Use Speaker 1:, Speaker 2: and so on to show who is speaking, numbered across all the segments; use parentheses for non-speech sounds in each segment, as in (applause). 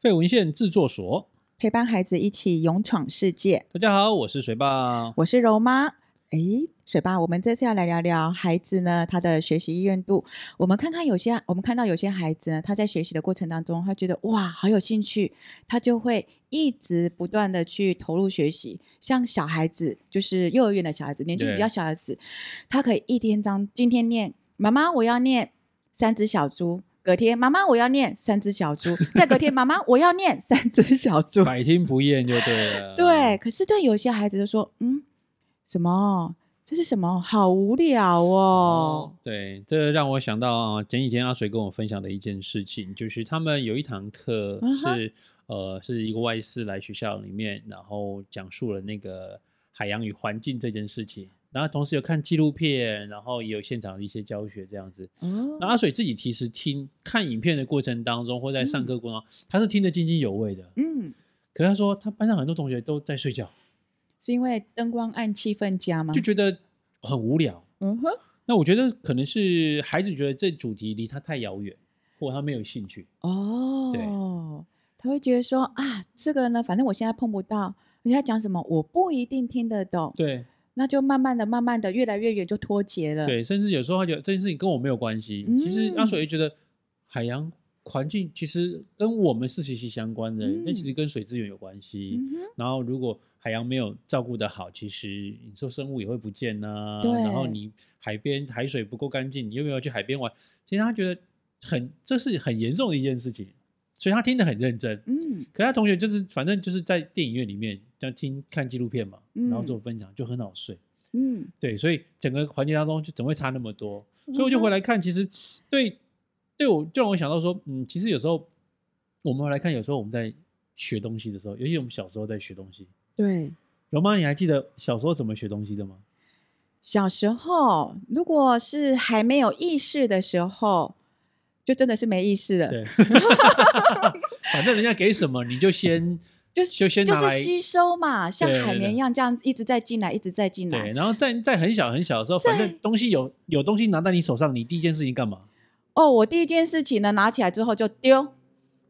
Speaker 1: 废文献制作所，
Speaker 2: 陪伴孩子一起勇闯世界。
Speaker 1: 大家好，我是水
Speaker 2: (laughs)
Speaker 1: 爸。
Speaker 2: 我是柔妈。诶，水爸，我们这次要来聊聊孩子呢他的学习意愿度。我们看看有些，我们看到有些孩子呢，他在学习的过程当中，他觉得哇好有兴趣，他就会一直不断的去投入学习。像小孩子，就是幼儿园的小孩子，年纪
Speaker 1: 对
Speaker 2: 比较小的孩子，他可以一天当今天念妈妈我要念三只小猪，隔天妈妈我要念三只小猪，再隔天妈妈我要念三只
Speaker 1: (laughs)
Speaker 2: 小猪，
Speaker 1: 百听不厌就对了。
Speaker 2: (laughs) 对，，可是对有些孩子就说，嗯，什么？这是什么？好无聊哦。
Speaker 1: 对，这让我想到啊，前几天阿水跟我分享的一件事情，就是他们有一堂课
Speaker 2: 嗯哼
Speaker 1: 是、呃是一个外师来学校里面，然后讲述了那个海洋与环境这件事情，然后同时有看纪录片，然后也有现场的一些教学这样子。
Speaker 2: 哦
Speaker 1: 那阿水自己其实听看影片的过程当中，或在上课过程当中，他是听得津津有味的。
Speaker 2: 嗯，
Speaker 1: 可是他说，他班上很多同学都在睡觉，
Speaker 2: 是因为灯光暗、气氛佳吗
Speaker 1: 就？觉得很无聊。
Speaker 2: 嗯哼，
Speaker 1: 那我觉得可能是孩子觉得这主题离他太遥远，或他没有兴趣。
Speaker 2: 哦，他会觉得说啊，这个呢，反正我现在碰不到，人家讲什么我不一定听得懂，
Speaker 1: 对
Speaker 2: 那就慢慢的、慢慢的越来越远，就脱节了。，
Speaker 1: 对，甚至有时候他觉得这件事情跟我没有关系。其
Speaker 2: 嗯
Speaker 1: 实阿水也觉得海洋环境其实跟我们是息息相关的，但其实跟水资源有关系。
Speaker 2: 嗯哼，
Speaker 1: 然后如果海洋没有照顾得好，其实你说生物也会不见呐、
Speaker 2: 对
Speaker 1: 然后你海边海水不够干净，你又没有去海边玩，其实他觉得很这是很严重的一件事情，所以他听得很认真。
Speaker 2: 嗯，
Speaker 1: 可他同学就是反正就是在电影院里面这样听看纪录片嘛，
Speaker 2: 嗯
Speaker 1: 然后做分享就很好睡。
Speaker 2: 嗯，
Speaker 1: 对，所以整个环节当中就怎么会差那么多？所以我就
Speaker 2: 嗯哼
Speaker 1: 回来看，其实对对我就让我想到说，嗯，其实有时候我们回来看，有时候我们在学东西的时候，尤其我们小时候在学东西。
Speaker 2: 对。
Speaker 1: 柔妈，你还记得小时候怎么学东西的吗？
Speaker 2: 小时候，如果是还没有意识的时候，就真的是没意识了。
Speaker 1: 对， (laughs) 反正人家给什么你就
Speaker 2: 嗯
Speaker 1: 先
Speaker 2: 就是
Speaker 1: 就先
Speaker 2: 就
Speaker 1: 拿
Speaker 2: 是
Speaker 1: 来
Speaker 2: 吸收嘛，像
Speaker 1: 对
Speaker 2: 海
Speaker 1: 对
Speaker 2: 绵
Speaker 1: 对
Speaker 2: 一样，这样子一直在进来，一直在进
Speaker 1: 对，
Speaker 2: 来。
Speaker 1: 然后在在很小很小的时候，反正
Speaker 2: 在
Speaker 1: 东西有有东西拿在你手上，你第一件事情干嘛？
Speaker 2: 哦，我第一件事情呢，拿起来之后就丢，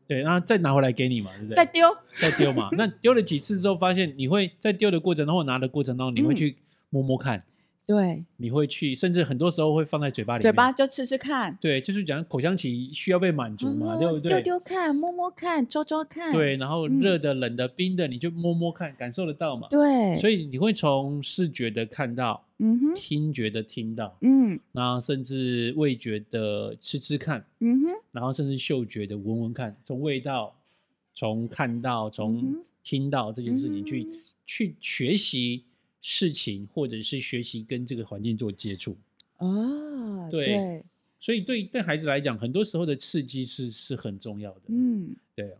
Speaker 1: 对，然后再拿回来给你嘛，对不
Speaker 2: 再
Speaker 1: 对？
Speaker 2: 丢，
Speaker 1: 再丢嘛。那丢了几次之后，发现你会在丢的过程，然后拿的过程当中，你会
Speaker 2: 嗯
Speaker 1: 去摸摸看，
Speaker 2: 对，
Speaker 1: 你会去，甚至很多时候会放在嘴巴里面。
Speaker 2: 嘴巴就吃吃看，
Speaker 1: 对，就是讲口腔期需要被满足嘛，
Speaker 2: 嗯
Speaker 1: 对不
Speaker 2: 丢
Speaker 1: 对？
Speaker 2: 丢看，摸摸看，抓抓看，
Speaker 1: 对，然后
Speaker 2: 嗯
Speaker 1: 热的、冷的、冰的，你就摸摸看，感受得到嘛。
Speaker 2: 对，
Speaker 1: 所
Speaker 2: 以
Speaker 1: 以你会从视觉的看到，
Speaker 2: 嗯哼，
Speaker 1: 听觉的听到，
Speaker 2: 嗯
Speaker 1: 然后甚至味觉的吃吃看，
Speaker 2: 嗯哼，
Speaker 1: 然后甚至嗅觉的闻闻看，从味道、从看到、
Speaker 2: 嗯
Speaker 1: 从
Speaker 2: 哼
Speaker 1: 听到这件事情去、
Speaker 2: 嗯
Speaker 1: 去学习事情，或者是学习跟这个环境做接触。
Speaker 2: 哦，
Speaker 1: 对所以对对孩子来讲，很多时候的刺激是是很重要的。，
Speaker 2: 嗯。
Speaker 1: 对啊，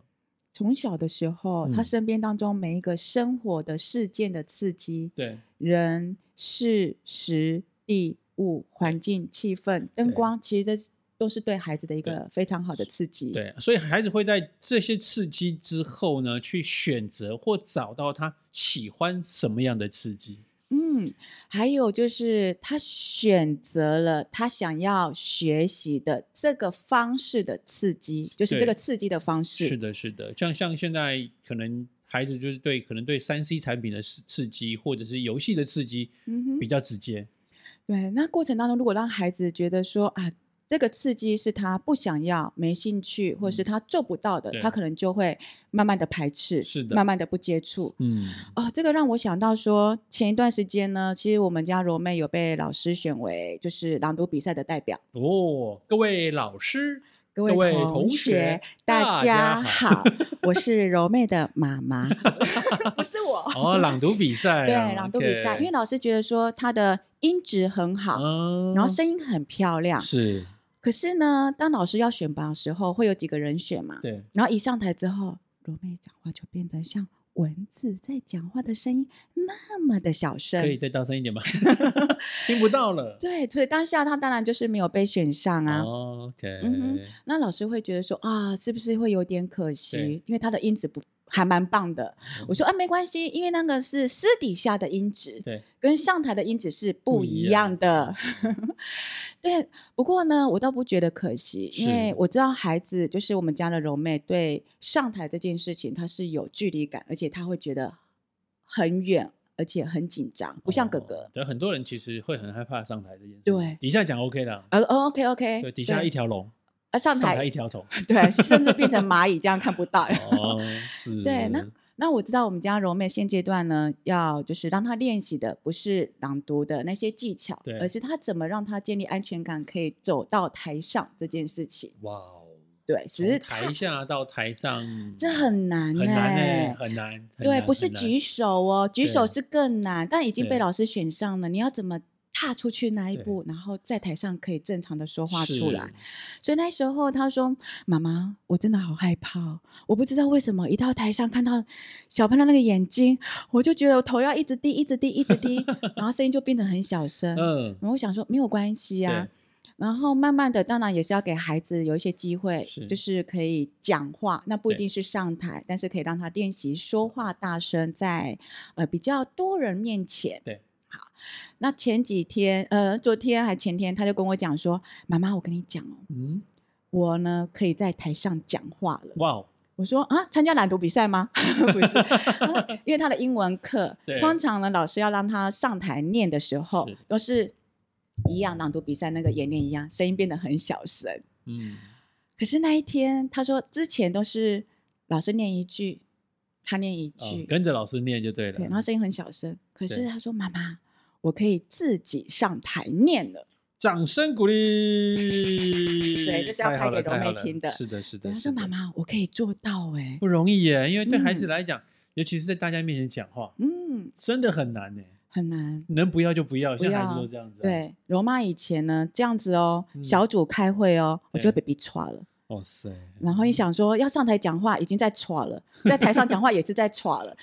Speaker 2: 从小的时候，他
Speaker 1: 嗯
Speaker 2: 身边当中每一个生活的事件的刺激，
Speaker 1: 对
Speaker 2: 人、事、时、地、物、环境、气氛、灯
Speaker 1: 对
Speaker 2: 光，其实这是都是对孩子的一
Speaker 1: 对
Speaker 2: 个非常好的刺激。，
Speaker 1: 对，啊所以孩子会在这些刺激之后呢，去选择或找到他喜欢什么样的刺激。
Speaker 2: 嗯，还有就是他选择了他想要学习的这个方式的刺激，就是这
Speaker 1: 对
Speaker 2: 个刺激的方式。
Speaker 1: 是的，是的，像像现在可能孩子就是对可能对三 C 产品的刺刺激，或者是游戏的刺激
Speaker 2: 嗯哼
Speaker 1: 比较直接。
Speaker 2: 对，那过程当中，如果让孩子觉得说啊，这个刺激是他不想要、没兴趣，或者是
Speaker 1: 嗯
Speaker 2: 他做不到的，
Speaker 1: 对
Speaker 2: 他可能就会慢慢的排斥，
Speaker 1: 是的
Speaker 2: 慢慢的不接触。
Speaker 1: 嗯，
Speaker 2: 哦，这个让我想到说，前一段时间呢，其实我们家柔妹有被老师选为就是朗读比赛的代表。
Speaker 1: 哦，各位老师，
Speaker 2: 各
Speaker 1: 各位同
Speaker 2: 同
Speaker 1: 学大
Speaker 2: 大
Speaker 1: 家
Speaker 2: 家
Speaker 1: 好
Speaker 2: 好，我是柔妹的妈
Speaker 1: (laughs)
Speaker 2: 妈， (laughs) 不是我。 (laughs)
Speaker 1: 哦，朗读比赛
Speaker 2: 对
Speaker 1: 啊、
Speaker 2: 朗读比赛，因为
Speaker 1: 老
Speaker 2: 老师觉得说她的音质很好，
Speaker 1: 嗯，
Speaker 2: 然后声音很漂亮，
Speaker 1: 是，
Speaker 2: 可是呢，当老师要选拔的时候，会有几个人选嘛？
Speaker 1: 对，
Speaker 2: 然后一上台之后，柔妹讲话就变得像蚊子在讲话的声音那么的小
Speaker 1: 可以
Speaker 2: 声。
Speaker 1: 再大声一
Speaker 2: (laughs)
Speaker 1: 点吗？ (laughs) 听不到了。
Speaker 2: 对，所以当下她当然就是没有被选上啊。
Speaker 1: 哦 OK，
Speaker 2: 嗯哼那老师会觉得说啊，是不是会有点可惜
Speaker 1: 对？嗯
Speaker 2: 因为她的音质不还蛮棒的。我说啊，没关系，因为那个是私底下的音质，
Speaker 1: 对，
Speaker 2: 跟上台的音质是不
Speaker 1: 不一
Speaker 2: 一
Speaker 1: 样
Speaker 2: 样的。 (laughs) 对，不过呢，我倒不觉得可惜，因为
Speaker 1: 是
Speaker 2: 我知道孩子就是我们家的柔妹，对上台这件事情她是有距离感，而且她会觉得很远，而且很紧张，不像哥
Speaker 1: 哦
Speaker 2: 哥。
Speaker 1: 对，很多人其实会很害怕上台这件事。
Speaker 2: 对
Speaker 1: 底下讲 OK 的，啊
Speaker 2: 呃、哦 o k OK，
Speaker 1: 对，底下一条龙，
Speaker 2: 啊上台
Speaker 1: 一条虫。
Speaker 2: 对，甚至变成蚂蚁这样看不到。
Speaker 1: 哦，是。
Speaker 2: 对那 (laughs) 那我知道我们家柔妹现阶段呢，要就是让她练习的不是朗读的那些技巧
Speaker 1: 对，
Speaker 2: 而是她怎么让她建立安全感，可以走到台上这件事情。
Speaker 1: 哇哦，
Speaker 2: 对，只
Speaker 1: 从
Speaker 2: 是
Speaker 1: 台下到台上，
Speaker 2: 这很难、欸，
Speaker 1: 很难呢，很难。很
Speaker 2: 对，
Speaker 1: 难
Speaker 2: 不是
Speaker 1: 很难
Speaker 2: 举手哦，举手
Speaker 1: 对
Speaker 2: 是更难，但已经
Speaker 1: 对
Speaker 2: 被老师选上了，你要怎么踏出去那一
Speaker 1: 对
Speaker 2: 步，然后在台上可以正常的说话出来
Speaker 1: 是。
Speaker 2: 所以那时候他说：“妈妈，我真的好害怕哦，我不知道为什么一到台上看到小潘的那个眼睛，我就觉得我头要一直低，一直低，一直
Speaker 1: (laughs)
Speaker 2: 低，然后声音就变得很小声。
Speaker 1: 嗯，
Speaker 2: 然后我想说没有关系呀、
Speaker 1: 对
Speaker 2: 啊。然后慢慢的，当然也是要给孩子有一些机会，
Speaker 1: 是
Speaker 2: 就是可以讲话，那不一
Speaker 1: 对
Speaker 2: 定是上台，但是可以让他练习说话大声，在呃比较多人面前。
Speaker 1: 对，
Speaker 2: 好，那前几天，呃，昨天还前天，他就跟我讲说：“妈妈，我跟你讲哦，
Speaker 1: 嗯，
Speaker 2: 我呢可以在台上讲话了。”
Speaker 1: 哇哦，
Speaker 2: 我说啊，参加朗读比赛吗？ (laughs) 不是、啊因为他的英文课
Speaker 1: (laughs) 对，
Speaker 2: 通常呢，老师要让他上台念的时候
Speaker 1: 是，
Speaker 2: 都是一样朗读比赛那个演练一样，声音变得很小声。
Speaker 1: 嗯，
Speaker 2: 可是那一天，他说之前都是老师念一句，他念一
Speaker 1: 哦
Speaker 2: 句，
Speaker 1: 跟着老师念就对了。
Speaker 2: 对，然后声音很小声。可
Speaker 1: 对
Speaker 2: 是他说妈妈，我可以自己上台念了。
Speaker 1: 掌声鼓励。
Speaker 2: 对就是要
Speaker 1: 太
Speaker 2: 拍
Speaker 1: 好了
Speaker 2: 给柔
Speaker 1: 太好
Speaker 2: 妹
Speaker 1: 了
Speaker 2: 听的
Speaker 1: 是的，是的。
Speaker 2: 他
Speaker 1: 是
Speaker 2: 说
Speaker 1: 的
Speaker 2: 妈妈，我可以做到哎、
Speaker 1: 不容易耶，因为对孩子
Speaker 2: 嗯
Speaker 1: 来讲，尤其是在大家面前讲话，
Speaker 2: 嗯，
Speaker 1: 真的很难呢。
Speaker 2: 很难。
Speaker 1: 能不要就不要，
Speaker 2: 不
Speaker 1: 像孩
Speaker 2: 要
Speaker 1: 子都这样子、啊。，
Speaker 2: 对，柔妈以前呢这样子哦，
Speaker 1: 嗯
Speaker 2: 小组开会哦，我就
Speaker 1: 对嗯
Speaker 2: 被逼抓了。
Speaker 1: 哇塞，
Speaker 2: 然后你想说要上台讲话，已经在抓
Speaker 1: (laughs)
Speaker 2: 了，在台上讲话也是在抓了，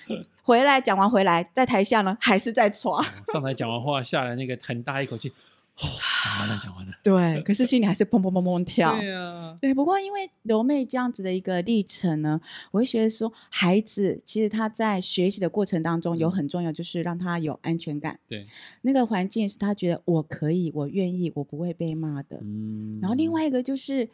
Speaker 2: 回来讲完回来，在台下呢还是在抓。
Speaker 1: (laughs) 嗯上台讲完话，下来那个很大一口气，哦，讲完了，讲完了。
Speaker 2: 对，可是心里还是砰砰砰砰跳。
Speaker 1: 对啊，
Speaker 2: 对，不过因为柔妹这样子的一个历程呢，我会觉得说，孩子其实他在学习的过程当中有
Speaker 1: 嗯
Speaker 2: 很重要，就是让他有安全感。
Speaker 1: 对，
Speaker 2: 那个环境是他觉得我可以，我愿意，我不会被骂的。
Speaker 1: 嗯。
Speaker 2: 然后另外一个就是，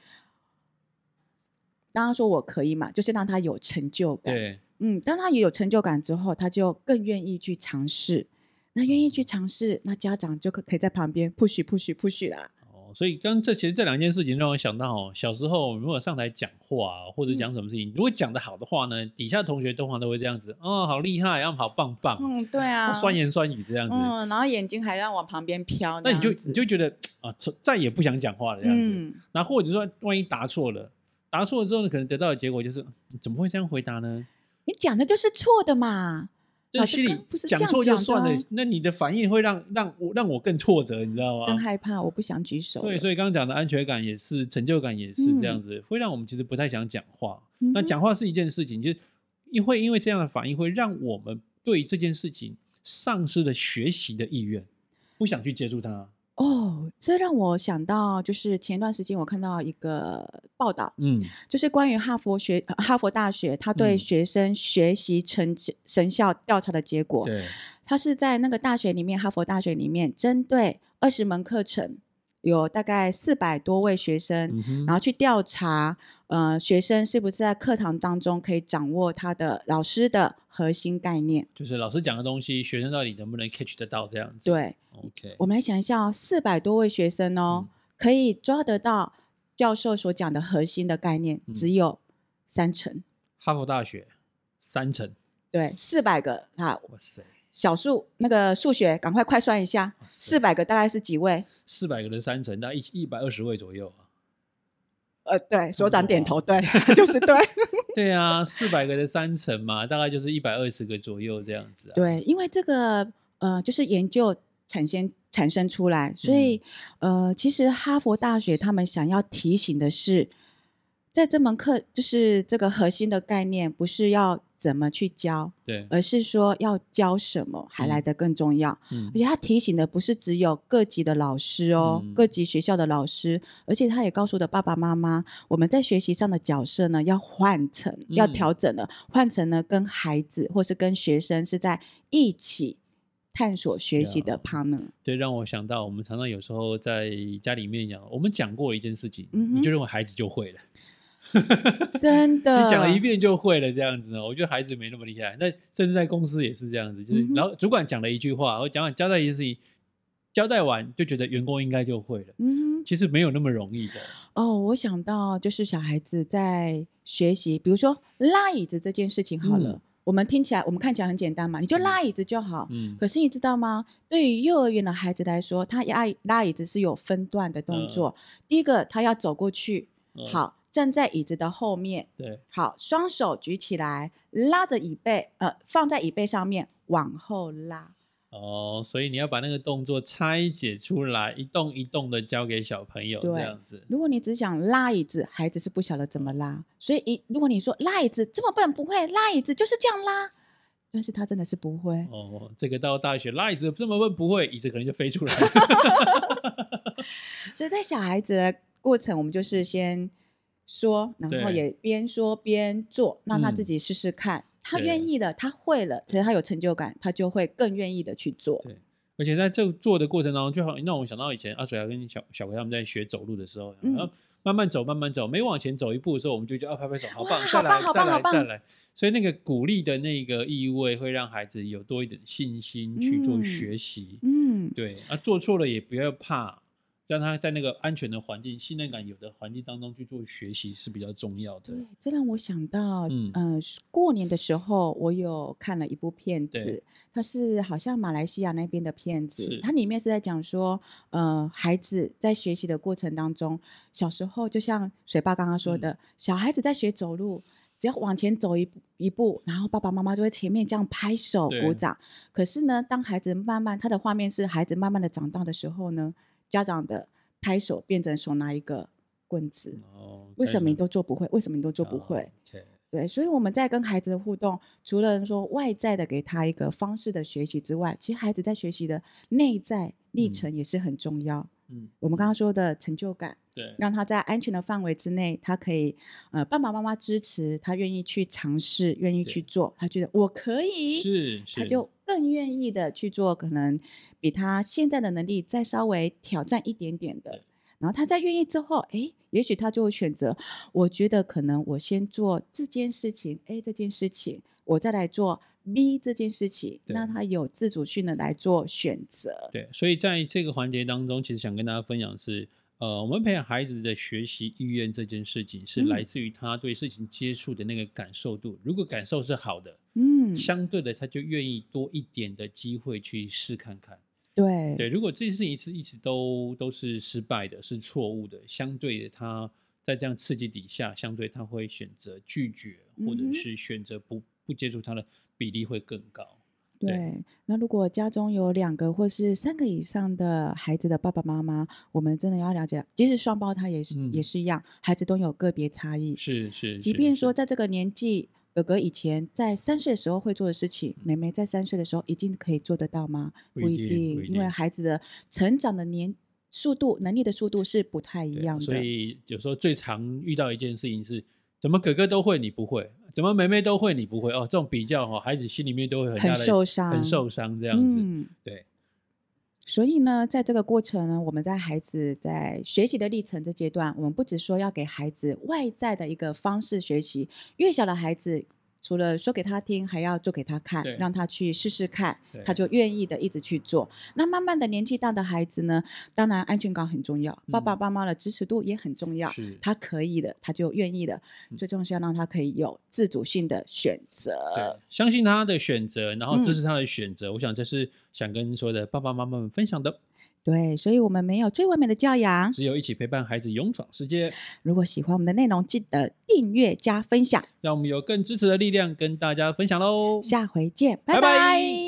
Speaker 2: 刚刚说我可以嘛，就是让他有成就感。
Speaker 1: 对，
Speaker 2: 嗯，当他也有成就感之后，他就更愿意去尝试。那愿意去尝试，那家长就可可以在旁边 push push push 啦。
Speaker 1: 哦，所以刚这其实这两件事情让我想到哦，小时候如果上台讲话啊或者
Speaker 2: 嗯
Speaker 1: 讲什么事情，如果讲得好的话呢，底下同学通常都会这样子，哦，好厉害，然后好棒棒，哦
Speaker 2: 嗯，对啊，
Speaker 1: 酸言酸语这样子。
Speaker 2: 嗯，然后眼睛还让往旁边飘，
Speaker 1: 那你就
Speaker 2: 这样子
Speaker 1: 你就觉得啊，再也不想讲话了这样子。
Speaker 2: 嗯，
Speaker 1: 那或者说，万一答错了，答错了之后呢，可能得到的结果就是嗯怎么会这样回答呢？
Speaker 2: 你讲的就是错的嘛。
Speaker 1: 就
Speaker 2: 老
Speaker 1: 心
Speaker 2: 师
Speaker 1: 里
Speaker 2: 刚不是这
Speaker 1: 讲
Speaker 2: 样
Speaker 1: 错就算了
Speaker 2: 讲的啊，
Speaker 1: 那你的反应会让让我让我更挫折，你知道
Speaker 2: 更
Speaker 1: 吗？
Speaker 2: 害怕，我不想举手了。
Speaker 1: 啊
Speaker 2: 嗯
Speaker 1: 对，所以刚刚讲的安全感也是，成就感也是这样子，会让我们其实不太想讲话。
Speaker 2: 嗯哼
Speaker 1: 那讲话是一件事情，就是因会因为这样的反应，会让我们对这件事情丧失了学习的意愿，不想去接触它。
Speaker 2: 哦，这让我想到，就是前段时间我看到一个报道，
Speaker 1: 嗯，
Speaker 2: 就是关于哈佛学呃哈佛大学他对
Speaker 1: 嗯
Speaker 2: 学生学习成绩成效调查的结果，
Speaker 1: 对，
Speaker 2: 他是在那个大学里面，哈佛大学里面针对二十门课程，有大概四百多位学生，
Speaker 1: 嗯哼
Speaker 2: 然，后去调查，呃，学生是不是在课堂当中可以掌握他的老师的核心概念。
Speaker 1: 就是老师讲的东西，学生到底能不能 catch 得到这样子？
Speaker 2: 对，
Speaker 1: ，OK，
Speaker 2: 我们来想一下、哦，四百多位学生哦，
Speaker 1: 嗯
Speaker 2: 可以抓得到教授所讲的核心的概念，
Speaker 1: 嗯
Speaker 2: 只有三成。
Speaker 1: 哈佛大学三成，
Speaker 2: 对，四百个啊，
Speaker 1: 哇塞，
Speaker 2: 小数那个数学，赶快快算一下，
Speaker 1: 塞
Speaker 2: 四百个大概是几位？
Speaker 1: 四百个人三成，大概一一百二十位左右啊。
Speaker 2: 呃，对，所长点头，对， (laughs) 就是对，
Speaker 1: 对啊，四百个的三成嘛，大概就是一百二十个左右这样子啊。，
Speaker 2: 对，因为这个呃，就是研究产生产生出来，所以、呃，其实哈佛大学他们想要提醒的是，在这门课就是这个核心的概念，不是要怎么去教，
Speaker 1: 对，
Speaker 2: 而是说要教什么还来得更重要。
Speaker 1: 嗯
Speaker 2: 而且他提醒的不是只有各级的老师哦，
Speaker 1: 嗯
Speaker 2: 各级学校的老师，而且他也告诉的爸爸妈妈，我们在学习上的角色呢要换成，要
Speaker 1: 嗯
Speaker 2: 调整了，换成呢跟孩子或是跟学生是在一起探索学习的
Speaker 1: 呀
Speaker 2: partner。
Speaker 1: 这让我想到，我们常常有时候在家里面讲，我们讲过一件事情，
Speaker 2: 嗯哼
Speaker 1: 你就认为孩子就会了，
Speaker 2: 真
Speaker 1: (laughs)
Speaker 2: 的，
Speaker 1: 你讲了一遍就会了，这样子呢？哦我觉得孩子没那么厉害。那甚至在公司也是这样子，就是、
Speaker 2: 嗯哼
Speaker 1: 然后主管讲了一句话，我讲完交代一件事情，交代完就觉得员工应该就会了，
Speaker 2: 嗯哼，
Speaker 1: 其实没有那么容易的。
Speaker 2: 哦，我想到就是小孩子在学习，比如说拉椅子这件事情好了，
Speaker 1: 嗯
Speaker 2: 我们听起来我们看起来很简单嘛，你就拉椅子就好。
Speaker 1: 嗯，
Speaker 2: 可是你知道吗？对于幼儿园的孩子来说，他拉拉椅子是有分段的动作。第一个，他要走过去，
Speaker 1: 嗯，
Speaker 2: 好，站在椅子的后面，
Speaker 1: 对，
Speaker 2: 好，双手举起来，拉着椅背，呃，放在椅背上面往后拉。
Speaker 1: 哦，所以你要把那个动作拆解出来，一动一动的交给小朋友，
Speaker 2: 对
Speaker 1: 这样子。
Speaker 2: 如果你只想拉椅子，孩子是不晓得怎么拉。所以一，如果你说拉椅子这么笨，不会拉椅子就是这样拉，但是他真的是不会。
Speaker 1: 哦，这个到大学拉椅子这么问不会，椅子可能就飞出来了。
Speaker 2: 所以在小孩子的过程，我们就是先说，然后
Speaker 1: 对
Speaker 2: 也边说边做，让他
Speaker 1: 嗯
Speaker 2: 自己试试看。他
Speaker 1: 对
Speaker 2: 愿意了，他会了，可是他有成就感，他就会更愿意的去做
Speaker 1: 对。而且在这做的过程当中，就好让我想到以前阿水要跟小小葵他们在学走路的时候，
Speaker 2: 嗯
Speaker 1: 然后慢慢走，慢慢走，每往前走一步的时候，我们就觉得啊，拍拍手，好棒，
Speaker 2: 哇
Speaker 1: 再来，
Speaker 2: 好棒
Speaker 1: 再
Speaker 2: 好
Speaker 1: 来，
Speaker 2: 棒
Speaker 1: 再来。所以那个鼓励的那个意味，会让孩子有多一点信心去做
Speaker 2: 嗯
Speaker 1: 学习。
Speaker 2: 嗯，
Speaker 1: 对，啊，做错了也不要怕，让他在那个安全的环境、信任感有的环境当中去做学习是比较重要的
Speaker 2: 对。，这让我想到，
Speaker 1: 嗯
Speaker 2: 嗯、呃，过年的时候我有看了一部片
Speaker 1: 对
Speaker 2: 子，它是好像马来西亚那边的片
Speaker 1: 是
Speaker 2: 子，它里面是在讲说，呃，孩子在学习的过程当中，小时候就像水爸刚刚
Speaker 1: 嗯
Speaker 2: 说的，小孩子在学走路。只要往前走一步一步，然后爸爸妈妈就会前面这样拍手
Speaker 1: 对
Speaker 2: 鼓掌。可是呢，当孩子慢慢他的画面是孩子慢慢的长大的时候呢，家长的拍手变成手拿一个棍子。
Speaker 1: 哦，
Speaker 2: 为
Speaker 1: 可以
Speaker 2: 什么你
Speaker 1: 吗
Speaker 2: 都做不会？为什么你都做不会？
Speaker 1: 哦？OK
Speaker 2: 对，所以我们在跟孩子的互动，除了说外在的给他一个方式的学习之外，其实孩子在学习的内在历
Speaker 1: 嗯
Speaker 2: 程也是很重要。
Speaker 1: 嗯，
Speaker 2: 我们刚刚说的成就感，
Speaker 1: 对，
Speaker 2: 让他在安全的范围之内，他可以呃爸爸妈妈支持，他愿意去尝试，愿意去
Speaker 1: 对
Speaker 2: 做，他觉得我可以，
Speaker 1: 是是，
Speaker 2: 他就更愿意的去做，可能比他现在的能力再稍微挑战一点点的
Speaker 1: 对。
Speaker 2: 然后他在愿意之后，诶，也许他就会选择，我觉得可能我先做这件事情，A 这件事情，我再来做 B 这件事情，
Speaker 1: 对
Speaker 2: 那他有自主性的来做选择。
Speaker 1: 对，所以在这个环节当中，其实想跟大家分享的是，呃，我们培养孩子的学习意愿这件事情，是
Speaker 2: 嗯
Speaker 1: 来自于他对事情接触的那个感受度。如果感受是好的，
Speaker 2: 嗯，
Speaker 1: 相对的他就愿意多一点的机会去试看看。
Speaker 2: 对，
Speaker 1: 对，如果这件事情是一直都都是失败的，是错误的，相对的他在这样刺激底下，相对他会选择拒绝，或者
Speaker 2: 嗯哼
Speaker 1: 是选择不不接触他的比例会更高。对
Speaker 2: 对，那如果家中有两个或是三个以上的孩子的爸爸妈妈，我们真的要了解，即使双胞胎也是、也
Speaker 1: 嗯
Speaker 2: 是一样，孩子都有个别差异。
Speaker 1: 是是，
Speaker 2: 即
Speaker 1: 是
Speaker 2: 便
Speaker 1: 是
Speaker 2: 说在这个年纪，哥哥以前在三岁的时候会做的事情，妹妹在三岁的时候一定可以做得到吗？
Speaker 1: 不
Speaker 2: 不
Speaker 1: 一定不一
Speaker 2: 因为
Speaker 1: 定
Speaker 2: 孩子的成长的年速度、能力的速度是不太一
Speaker 1: 对
Speaker 2: 样的。
Speaker 1: 所以有时候最常遇到一件事情是，怎么哥哥都会你不会，怎么妹妹都会你不会哦，这种比较哈、哦，孩子心里面都会很大
Speaker 2: 很
Speaker 1: 的
Speaker 2: 受伤
Speaker 1: 很受伤这样子。
Speaker 2: 嗯
Speaker 1: 对，
Speaker 2: 所以呢，在这个过程呢，我们在孩子在学习的历程这阶段，我们不只说要给孩子外在的一个方式学习，越小的孩子。除了说给他听，还要做给他看
Speaker 1: 对，
Speaker 2: 让他去试试看
Speaker 1: 对，
Speaker 2: 他就愿意的一直去做。那慢慢的年纪大的孩子呢，当然安全感很重要，爸爸
Speaker 1: 嗯
Speaker 2: 爸妈的支持度也很重要。
Speaker 1: 是
Speaker 2: 他可以的，他就愿意的。
Speaker 1: 嗯
Speaker 2: 最重要是要让他可以有自主性的选择
Speaker 1: 对。，相信他的选择，然后支
Speaker 2: 呃嗯
Speaker 1: 持他的选择，我想这是想跟所有的爸爸妈妈们分享的。
Speaker 2: 对，所以我们没有最完美的教养，
Speaker 1: 只有一起陪伴孩子勇闯世界，
Speaker 2: 如果喜欢我们的内容，记得订阅加分享。
Speaker 1: 让我们有更支持的力量跟大家分享喽。
Speaker 2: 下回见，
Speaker 1: 拜
Speaker 2: 拜
Speaker 1: 拜
Speaker 2: 拜